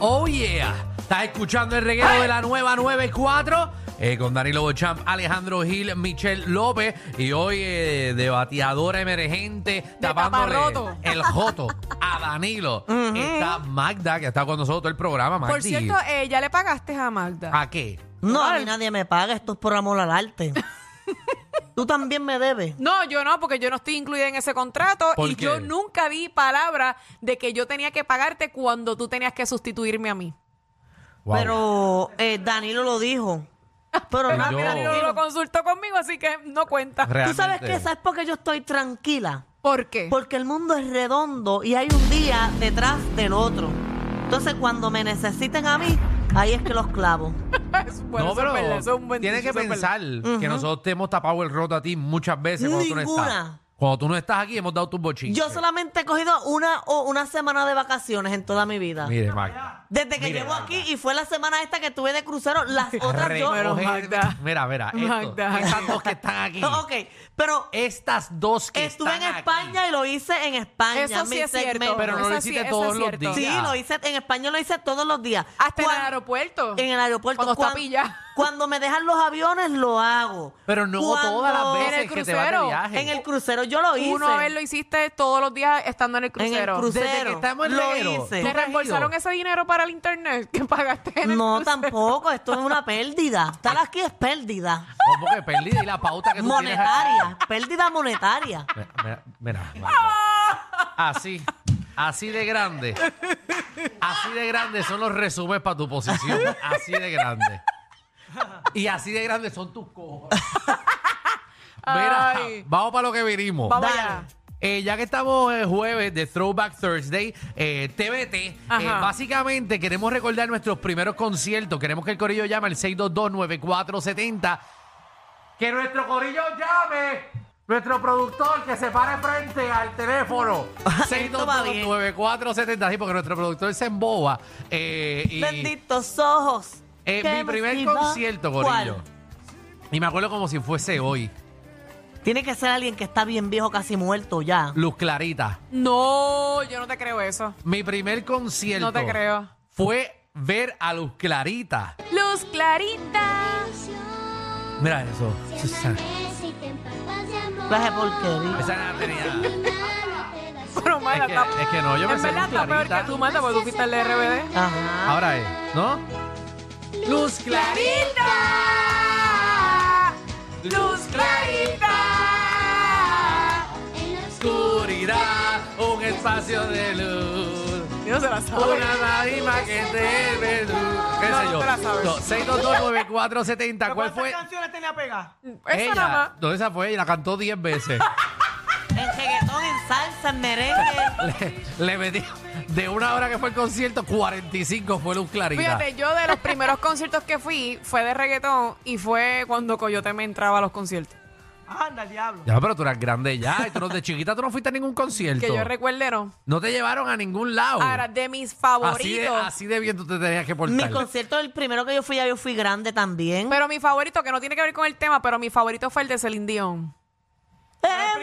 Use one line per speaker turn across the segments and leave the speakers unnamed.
Oh yeah, estás escuchando el reguero de la nueva 94 eh, con Danilo Bochamp, Alejandro Gil, Michelle López y hoy eh, de bateadora emergente tapándole
taparroto.
el joto a Danilo. Está Magda que está con nosotros todo el programa, Magdi.
Por cierto, eh, ya le pagaste a Magda.
¿A qué?
No, a mí nadie me paga, esto es por amor al arte. Tú también me debes.
No, yo no, porque yo no estoy incluida en ese contrato
¿Por
y
qué?
yo nunca vi palabra de que yo tenía que pagarte cuando tú tenías que sustituirme a mí.
Wow.
Pero eh, Danilo lo dijo. Pero
Pero
no,
yo-
Mira,
tranquilo.
no lo consultó conmigo, así que no cuenta.
Tú sabes
Realmente.
que sabes por qué yo estoy tranquila.
¿Por qué?
Porque el mundo es redondo y hay un día detrás del otro. Entonces cuando me necesiten a mí, ahí es que los clavo.
Eso- bueno,
no,
eso es
pero
verdad, eso es un buen
tienes
dicho,
que
eso es
pensar que nosotros te hemos tapado el roto a ti muchas veces cuando tú no estás.
Ninguna.
Cuando tú no estás aquí hemos dado tus bochinches.
Yo solamente he cogido una o una semana de vacaciones en toda mi vida.
Mire, Magda.
Desde que llevo aquí y fue la semana esta que tuve de crucero, las otras yo.
Pero,
recoge-
Magda.
este. Mira, mira, esto,
Magda.
estas dos que están aquí.
Ok, pero
Estas dos que
Estuve en
están aquí.
España y lo hice en España.
Eso sí
mi
es cierto.
segmento.
Pero no
Eso
lo
sí-
hiciste
eso
todos
es
los
cierto.
días.
Sí, lo hice en España, lo hice todos los días.
Hasta en el
Cuan-
aeropuerto.
En el aeropuerto.
Cuando está
Cuan-
pilla.
Cuando me dejan los aviones, lo hago.
Pero no
Cuando-
todas las
en el
veces que te vas de
crucero,
viaje.
En el crucero yo lo hice.
Una vez lo hiciste todos los días estando en el
En
crucero.
el crucero.
Desde que estamos en
lo
reguero,
hice.
¿tú
¿Te
has ido?
reembolsaron ese dinero para el internet que pagaste en el
No,
crucero?
tampoco. Esto es una pérdida. Estar aquí es pérdida.
¿Cómo que perdí? Y la pauta que tú
Monetaria. Pérdida monetaria.
tienes. aquí. Mira, mira, mira, Magda. Así, así de grande. Así de grande son los resúmenes para tu posición. Así de grande. Y así de grande son tus cosas. Mira,
Ay.
vamos para lo que vinimos.
Vamos
Dale.
allá.
Eh, ya que estamos eh, jueves de Throwback Thursday, eh, TBT, eh,
Ajá.
básicamente queremos recordar nuestros primeros conciertos. Queremos que el Corillo llame al 622-9470. Que nuestro Corillo llame. Nuestro productor que se pare frente al teléfono.
Esto va bien.
622-9470. Sí, porque nuestro productor se emboba. eh, y-
Benditos ojos.
Eh,
Que
mi primer
me esquiva.
concierto, Corillo.
¿Cuál?
Y me acuerdo como si fuese hoy.
Tiene que ser alguien que está bien viejo, casi muerto ya.
Luz Clarita.
No, yo no te creo eso.
Mi primer concierto.
No te creo.
Fue ver a Luz Clarita.
Luz Clarita.
Mira eso. Esa,
Clase de
Baje
porquería.
esa no tenía.
Pero
Es
Magda
que,
está-
es que no, yo me
En
sé
verdad
Luz
está peor que
Clarita.
tú, Magda, porque tú fuiste el de RBD.
Ajá.
Ahora es, ¿no? Luz
¡Clarita! ¡Luz Clarita!
Oscuridad, un espacio de luz.
Yo se la
Una
sabe.
lágrima que te ve luz. ¿Qué
No,
sé
no
yo?
te la sabes.
No, 6229470. ¿Cuál fue?
canciones tenía pegada?
Eso nada más.
Ella, no, esa fue ella, la cantó 10 veces.
En reggaetón, en salsa, en merengue.
le, le metí, de una hora que fue el concierto, 45 fue Luz Clarita.
Fíjate, yo de los primeros conciertos que fui fue de reggaetón y fue cuando Coyote me entraba a los conciertos.
Ya, pero tú eras grande ya. Y tú no- de chiquita tú no fuiste a ningún concierto.
Que yo recuerde, no.
No te llevaron a ningún lado.
Ahora, de mis
Oh. así, de,
favoritos.
así de bien tú te tenías que
Mi
portar.
concierto, el primero que yo fui, ya yo fui grande también.
Pero mi favorito, que no tiene que ver con el tema, pero mi favorito fue el de Celine Dion.
Exacto,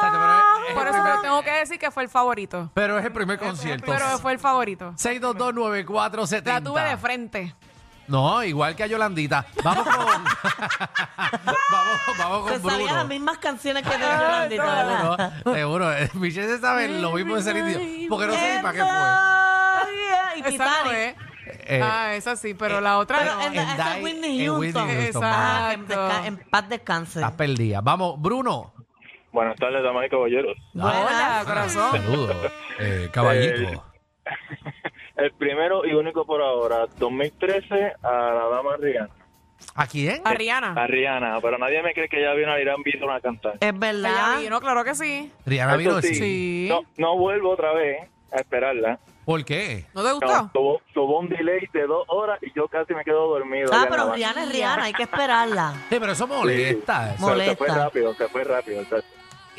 pero, es, es
Por
el
eso
primer,
te tengo que decir que fue el favorito.
pero es el primer concierto.
Pero fue el favorito.
6229470.
La tuve de frente.
No, igual que a Yolandita. Vamos con. vamos, vamos con
Se
Bruno.
sabían las mismas canciones que tenía Yolandita, ¿verdad?
Seguro, seguro. Eh, Michelle se sabe lo mismo de Celine Dion, Porque no sé ni para
Y
Esa no
Titanic.
es.
qué fue. Eh,
ah, esa sí, pero la otra
Pero
no.
en- esa es
Die-
Whitney
en
Houston.
Whitney Houston,
Exacto.
mamá.
Ah, que en, desca- en paz descanse.
Estás perdida. Vamos, Bruno.
Buenas tardes, damas y caballeros.
Buenas.
Hola, corazón.
Saludos, eh, caballito.
Eh, El primero y único por ahora, 2013, a la dama Rihanna.
¿A quién?
A Rihanna.
A Rihanna, pero nadie me cree que ya vino a Irán Bison a cantar.
Es
Ella
verdad.
vino, claro que sí.
Rihanna
Eso
vino
sí.
sí.
Sí.
No, no vuelvo otra vez a esperarla.
¿Por qué?
¿No te gustó?
No, tuvo, tuvo un delay de dos horas y yo casi me quedo dormido.
Ah,
allá en
pero
la banca.
Rihanna es Rihanna, hay que esperarla.
Sí, pero eso molesta.
Sí,
Eso,
pero Se fue
Molesta.
rápido, se fue rápido. exacto.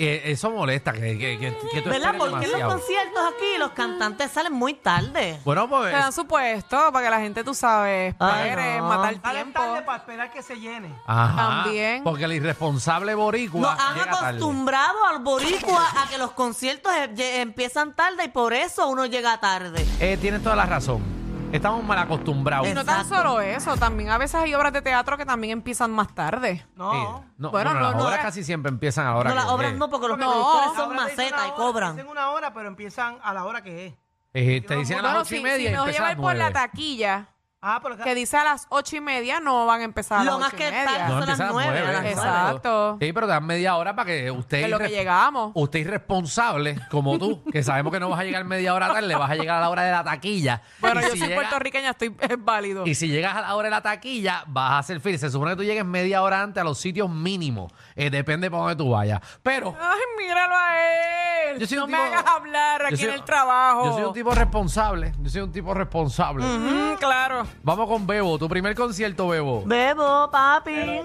eh, eso molesta, que, que, que, que tú
¿Verdad?
esperes
Porque en los
demasiado.
conciertos aquí los cantantes salen muy tarde.
Bueno, pues...
Te dan su puesto para que la gente, tú sabes,
Ay,
espere,
no.
matar
Salen
tiempo.
tarde para esperar que se llene.
Ajá,
También.
Porque el irresponsable boricua
Nos han
llega tarde.
acostumbrado al boricua a que los conciertos eh, ye- empiezan tarde y por eso uno llega tarde.
Eh, tienes toda la razón. Estamos mal acostumbrados. Eh,
Y no tan
Exacto.
solo eso, también a veces hay obras de teatro que también empiezan más tarde.
No.
Eh, no,
Bueno,
bueno, las
no, no
obras
es-
casi siempre empiezan a la hora
No, las
que
obras
es.
no, porque los
Porque
productores son
ahora te dicen
macetas
una
y
hora,
cobran.
Dicen una hora, pero empiezan a la hora que es.
Eh, te dicen a las
Bueno,
ocho y
si,
media
si
y
nos
empieza a
llevan
las
por la
nueve.
taquilla,
Ah, pero
que dice a las ocho y media, no van a empezar a las
Lo más
ocho y
que
media.
tarde.
No,
son las
empieza a las
nueve,
nueve.
a las
exacto.
nueve. Exacto.
Sí, pero te dan media hora para que usted...
Que es lo que
irre-
llegamos.
Usted irresponsable, como tú, que sabemos que no vas a llegar media hora tarde, vas a llegar a la hora de la taquilla.
Bueno,
Y
yo
si
soy
llega-
puertorriqueña, estoy es válido.
Y si llegas a la hora de la taquilla, vas a ser feliz. Se supone que tú llegues media hora antes a los sitios mínimos. Eh, depende para dónde tú vayas. Pero
Ay, míralo a él.
Yo soy
no
un
me
tipo-
hagas hablar
yo
aquí
soy-
en el trabajo.
yo soy un tipo responsable. Yo soy un tipo responsable.
Mm, claro.
Vamos con Bebo, tu primer concierto, Bebo.
Bebo, papi.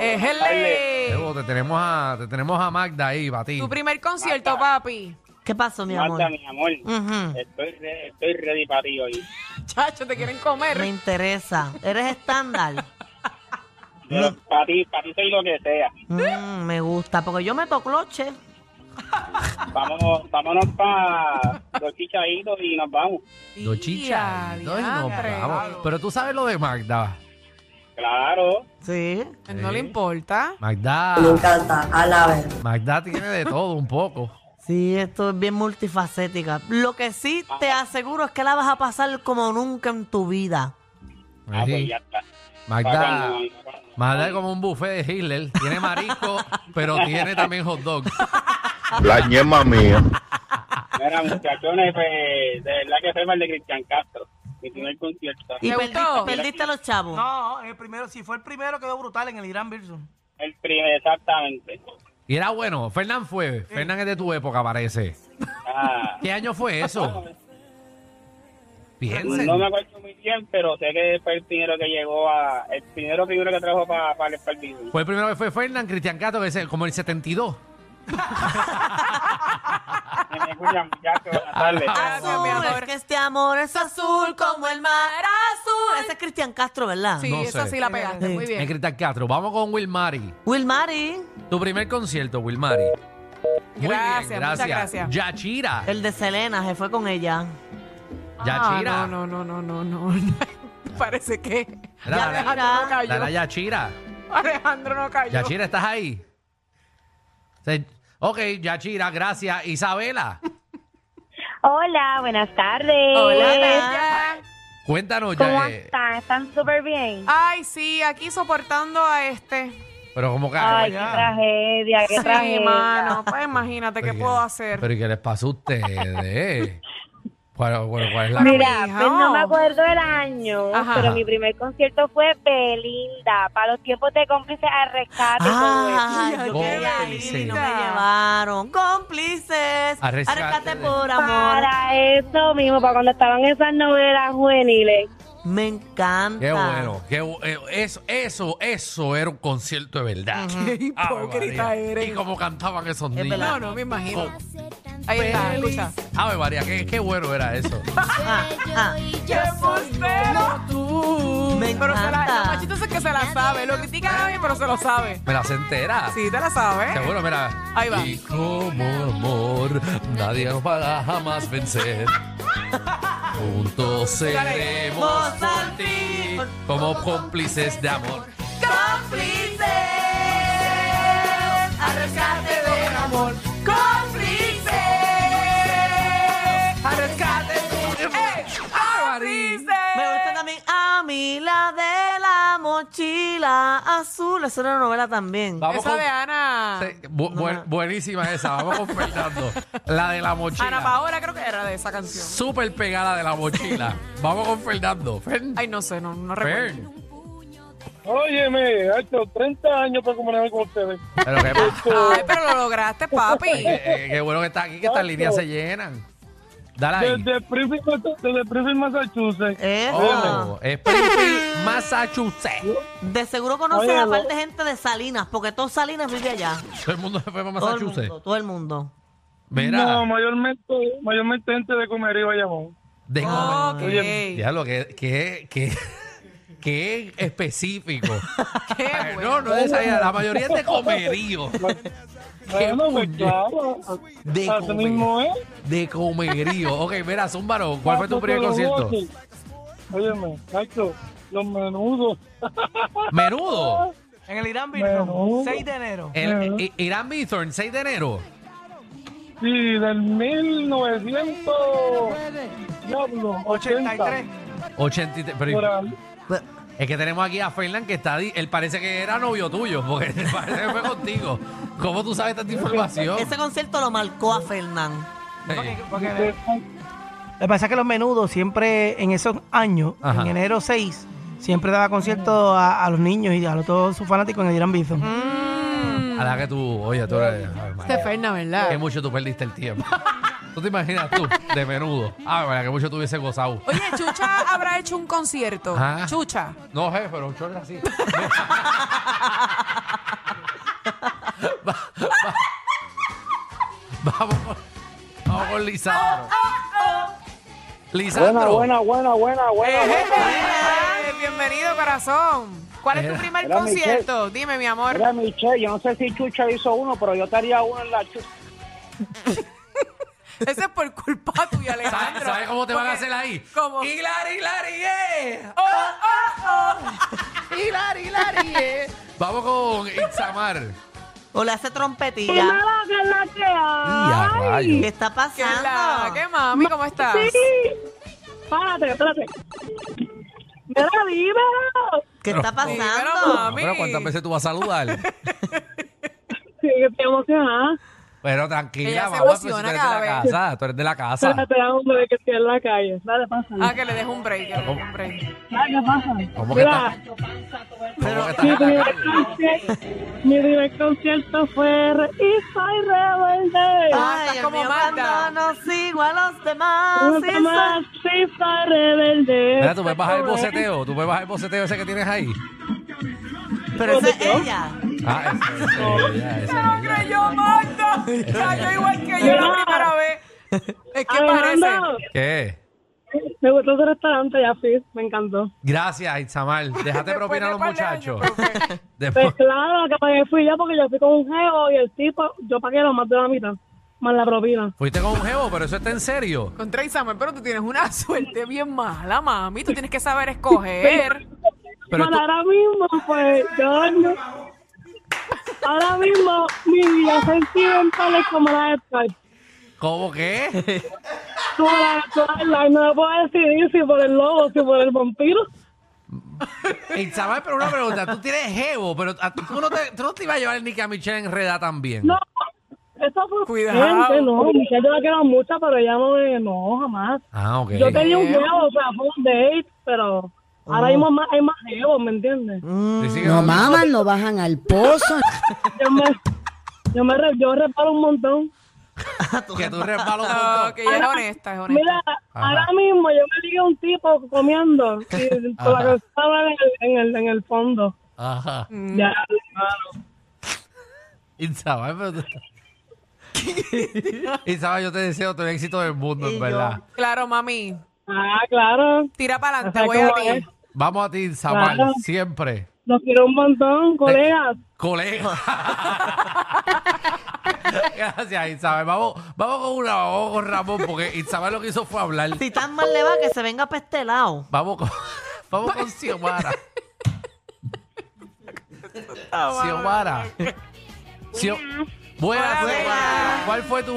Eh, Ejele.
Bebo, te tenemos a, te tenemos a Magda ahí, para ti.
Tu primer concierto, papi.
¿Qué pasó, mi amor? Mm.
Marta, mi amor,
Ujú.
Eh.
estoy, re- estoy ready para ti hoy.
Chacho, te quieren
Me
comer.
interesa. Eres estándar.
Yo, Para ti, para ti soy lo que sea.
Mm, me gusta, porque yo meto cloche.
Vámonos, vámonos para los chichaditos y nos vamos.
Dos chichas.
Ya,
dos y nos
diantre.
vamos. Pero tú sabes lo de Magda.
Claro.
Sí.
No le importa.
Magda.
Me encanta, a la vez.
Magda tiene de todo un poco.
Sí, esto es bien multifacética. Lo que sí te aseguro es que la vas a pasar como nunca en tu vida.
Ah, pues
Sí.
ya está.
Magda.
Para cuando- cuando-
Magda es como un buffet de Hitler. Tiene marisco, pero tiene también hot dog.
La ñema mía.
Mira, muchachones, pues, de verdad que soy mal de Cristian Castro. Mi primer concierto.
Y
¿Te
perdi-
gustó?
perdiste a los chavos.
No, el primero, si fue el primero, quedó brutal en el Irán Wilson.
El primer, exactamente.
Y era bueno. Fernán fue. Fernán es de tu época, parece.
Ah,
¿Qué año fue eso? Piensen.
no me acuerdo muy bien, pero sé que fue el primero que llegó a. El primero primero que trajo para el partido.
Fue el primero que fue Fernán, Cristian Cato, que es como el 72.
Me escuchan, muchachos. Buenas tardes.
Gracias, mi
Azul,
amor.
es que este amor es azul como el mar azul. Ese es Cristian Castro, ¿verdad?
Sí,
No
esa
sé.
sí la pegaste. Muy
En
bien.
Cristian Castro. Vamos con Wilmari.
Wilmari,
Tu primer concierto, Wilmari. Muy bien,
Gracias, muchas gracias.
Yachira.
el de Selena, se fue con ella.
Ah,
Yachira.
no, no, no, no, no, no. Parece que
Dale, dale.
Alejandro no cayó.
Dale a Yachira.
Alejandro no cayó.
Yachira, ¿estás ahí? Se- Ok, Yachira, gracias. Isabela,
Hola, buenas tardes.
Hola, Naya.
cuéntanos. ya,
¿Cómo
eh,
están? ¿Están súper bien?
Ay, sí, aquí soportando a este.
pero como que...
Ay, qué
ya.
tragedia, qué
Sí,
tragedia.
mano. Pues imagínate qué
Pero
puedo
que-
hacer.
Pero ¿y qué les pasa a ustedes? ¿Cuál, cuál- cuál es la
Mira,
Mijo.
pues no me acuerdo el año,
Ajá.
pero mi primer concierto fue Belinda, para los tiempos de cómplices al rescate.
Ah,
Ay,
yo
qué
quería ir y no me
bonita.
llevaron. Cómplices,
A rescate
arrescate
de-
por
todo eso.
amor.
Para eso mismo, para cuando estaban esas novelas juveniles.
Me encanta.
Qué bueno, qué bu- eh, eso, eso, eso era un concierto de verdad.
Qué hipócrita
Ave ah, María.
eres.
Y cómo cantaban esos niños.
verdad.
No, no, me imagino.
Oh,
Ahí está, escucha.
Ave María, qué, qué bueno era eso.
Ah, ah.
¡Qué postero tú!
Me
pero se la,
encanta.
lo más chistoso es que se la sabe. Lo critican a mí, pero se lo sabe.
Me las entera.
Sí, te la sabe.
Seguro, mira.
Ahí va.
Y como amor, nadie nos va a jamás vencer. Juntos seremos
Vos
por
al
ti,
fin,
como cómplices de amor.
Cómplices, a rescate del amor. Cómplices, a rescate del
¡Eh! ¡Ah,
Me gusta también a mí la de la mochila azul. Esa era una novela también.
Vamos
Esa
con-
de Ana.
Sí, bu- buen- buenísima esa, vamos con Fernando. La de la mochila.
Ana Paola creo que era de esa canción.
Súper pegada de la mochila. Vamos con Fernando. Fern.
Ay, no sé, no, no recuerdo.
Fern.
Óyeme, hecho 30 años para comunicarme con ustedes.
Pero qué, pa-
Ay, pero lo lograste, papi.
qué- qué bueno que está aquí, que estas líneas se llenan. Dale ahí.
Desde Springfield, desde Springfield, Massachusetts.
Eso.
Oh, Springfield, Massachusetts.
De seguro conoces
Oye,
a
lo-
par de gente de Salinas, porque todo Salinas vive allá.
Todo el mundo se fue para
Todo el
Massachusetts.
mundo, todo el mundo.
Mira,
No, mayormente, mayormente gente de Comerío Bayamón.
de-
Ok.
Ya lo que, que, que, que específico.
Qué
Ay,
bueno.
no, no es allá. La mayoría es de comerío.
Bueno, pues
puñe-
claro,
De
así
comer.
mismo es.
De comerío. Ok, mira, Zúmbaro, ¿cuál fue tu primer
Los
concierto?
boches. Óyeme, Nacho, los menudos.
Menudo.
En el Irán Bilson,
Menudo.
6 de enero.
El, eh, I- Irán Bithorn, 6 de enero.
Sí, del 1900. Diablo,
83.
80.
83. pero-
Por ahí.
es que tenemos aquí a Fernan que está. di- Él parece que era novio tuyo, porque parece que fue contigo. ¿Cómo tú sabes tanta información?
Ese concierto lo marcó a Fernán.
Sí.
Porque- Lo que pasa es que los menudos siempre en esos años,
Ajá.
en enero 6, siempre daba conciertos a, a los niños y a los- todos sus fanáticos en el Irán Bison.
A la que tú, oye, tú eres. ay, María,
Este Ferna,
Que
¿verdad?
mucho tú perdiste el tiempo. ¿Tú te imaginas tú, de menudo? Ah, verdad, que mucho tú hubiese gozado.
Oye, Chucha habrá hecho un concierto.
Ajá.
Chucha.
No, jefe, pero un chorro así. Va- va- vamos, con- vamos con
Oh,
Lisandro. Lisandro.
Buena, buena, buena, buena,
Eh.
buena.
Eh, Bienvenido, corazón. ¿Cuál
Eh.
es tu primer
era
concierto? Dime, mi amor.
Mira, Michelle, yo no sé si Chucha hizo uno, pero yo estaría uno en la Chucha.
Ese es por culpa tuya,
¿Sabes
Alejandro.
sabes cómo te van a
Porque-
hacer ahí?
¿Cómo?
Hilari, Hilari, eh. yeah.
Oh, oh, eh.
Hilari, Hilari, yeah. Vamos con Itzamar.
O le hace trompetilla.
este
¿Qué está
oh. ¿Qué, la,
pasando?
¿Qué mami? ¿Cómo estás?
Párate, espérate. Mira, dímelo.
¿Qué está
Dímelo,
pasando?
mamá.
Pero ¿cuántas veces tú vas a saludar?
Sí, que estoy emocionada.
Ah.
Pero tranquila,
Ella se
vamos, pues, si tú
emociona
eres de
cada
la
vez.
casa, tú eres de la casa.
Espérate, hombre, que estoy en la calle. Dale, pasa.
Ah, que le dejo un break. que le dejo un break.
Dale, pasa.
¿Cómo que estás? ¿Cómo que estás en la calle?
Mi primer concierto fue Re- y soy rebelde.
Ah, estás
Ay,
como
como
Magda.
Magda. No sigo a los demás.
Nunca
sí,
más, sí, soy rebelde.
Mira, tú puedes bajar el boceteo, tú puedes bajar el boceteo ese que tienes ahí.
soy- Pero esa es ella.
Ah, ese, ese, ya, ese,
No
ya.
creyó, Magda. Cayó igual que yo la primera vez. Es que parece.
Alejandro,
¿Qué?
Me gustó ese restaurante, ya fui, me encantó.
Gracias, Itzamar. Déjate
Después
propinar a
de
los
par de
muchachos.
años, profe.
Después,
Pues claro, que pagué fui yo porque yo fui con un geo y el tipo, yo pagué lo más de la mitad, más la propina.
fuiste con un jevo, pero eso está en serio.
Con Trey Samuel, pero tú tienes una suerte bien mala, mami. Tú tienes que saber escoger.
Pero
Bueno,
tú-
ahora mismo, pues, yo no- Ahora mismo, mi vida sentimental es como la de Sky.
¿Cómo que?
Como la de Twilight, no me puedo decidir si por el lobo, si por el vampiro.
Itzamar, pero una pregunta. Tú tienes jevo, pero a- tú no te, tú no te ibas a llevar ni que a Michelle enreda también.
No, eso fue...
Cuidado.
Gente, no, Michelle, yo la quiero mucho, pero ella no me... No, jamás.
Ah, ok. Oh.
Yo tenía un geo, o sea, fue un date, pero... Ahora mismo más- hay más geos, ¿me entiendes?
Dice
Mm.
que- no,
maman, no bajan al pozo.
Yo me... Yo me re- yo reparo un montón.
que tú resbalas un
No,
montón.
que ella es honesta, es honesta.
Mira, ahora mismo yo me ligué a un tipo comiendo y por la
Ajá.
que estaba en el, en el, en el fondo.
Ajá.
Ya, hermano.
Itzamar, pero tú... Itzamar, yo te deseo todo el éxito del mundo, en verdad.
Claro, mami.
Ah, claro.
Tira para adelante,
Ajá,
voy a
¿cómo
ti.
es?
Vamos a ti, Itzamar,
Claro.
siempre.
Los quiero un montón, colegas.
Colega. Gracias, Isabel. Vamos, vamos con una, vamos con Ramón, porque Isabel lo que hizo fue hablar.
Si tan mal le va que se venga este pestelado.
Vamos con, vamos con Xiomara. Xiomara. Xio- Buenas,
Hola,
Xiomara. ¿Cuál fue tu,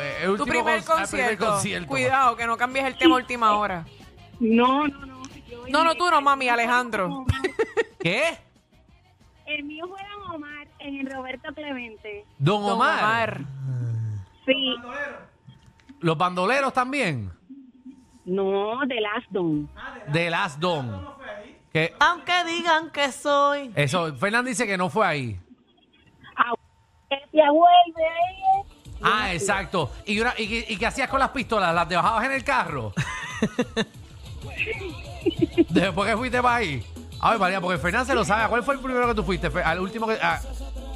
eh,
Tu
último
primer
con- ah, primer
concierto.
concierto?
Cuidado, que no cambies el tema a última hora.
No, no, no.
No, no, tú no, mami, Alejandro.
¿Qué?
El mío fue Don Omar en el Roberto Clemente.
Don
Don
Omar.
Omar.
Sí.
Los bandoleros también.
No, de Last Don.
De Last Don. Que
Aunque digan que soy.
eso, Fernán dice que no fue ahí.
Que se vuelve.
Ah, exacto. ¿Y, una- y, qué- y qué hacías con las pistolas? ¿Las dejabas en el carro? Después que fuiste para ahí. Ay, María, porque Fernández se lo sabe. ¿A ¿Cuál fue el primero que tú fuiste? Fe- Al último que. ah,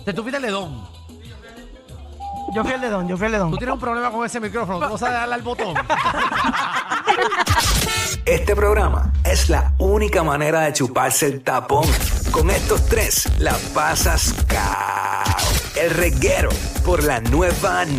te tú fuiste el dedón.
Yo fui el dedón, yo fui el
Tú
dedón.
tienes un problema con ese micrófono. Tú no sabes darle al botón.
Este programa es la única manera de chuparse el tapón. Con estos tres la pasas cao. El reguero por la nueva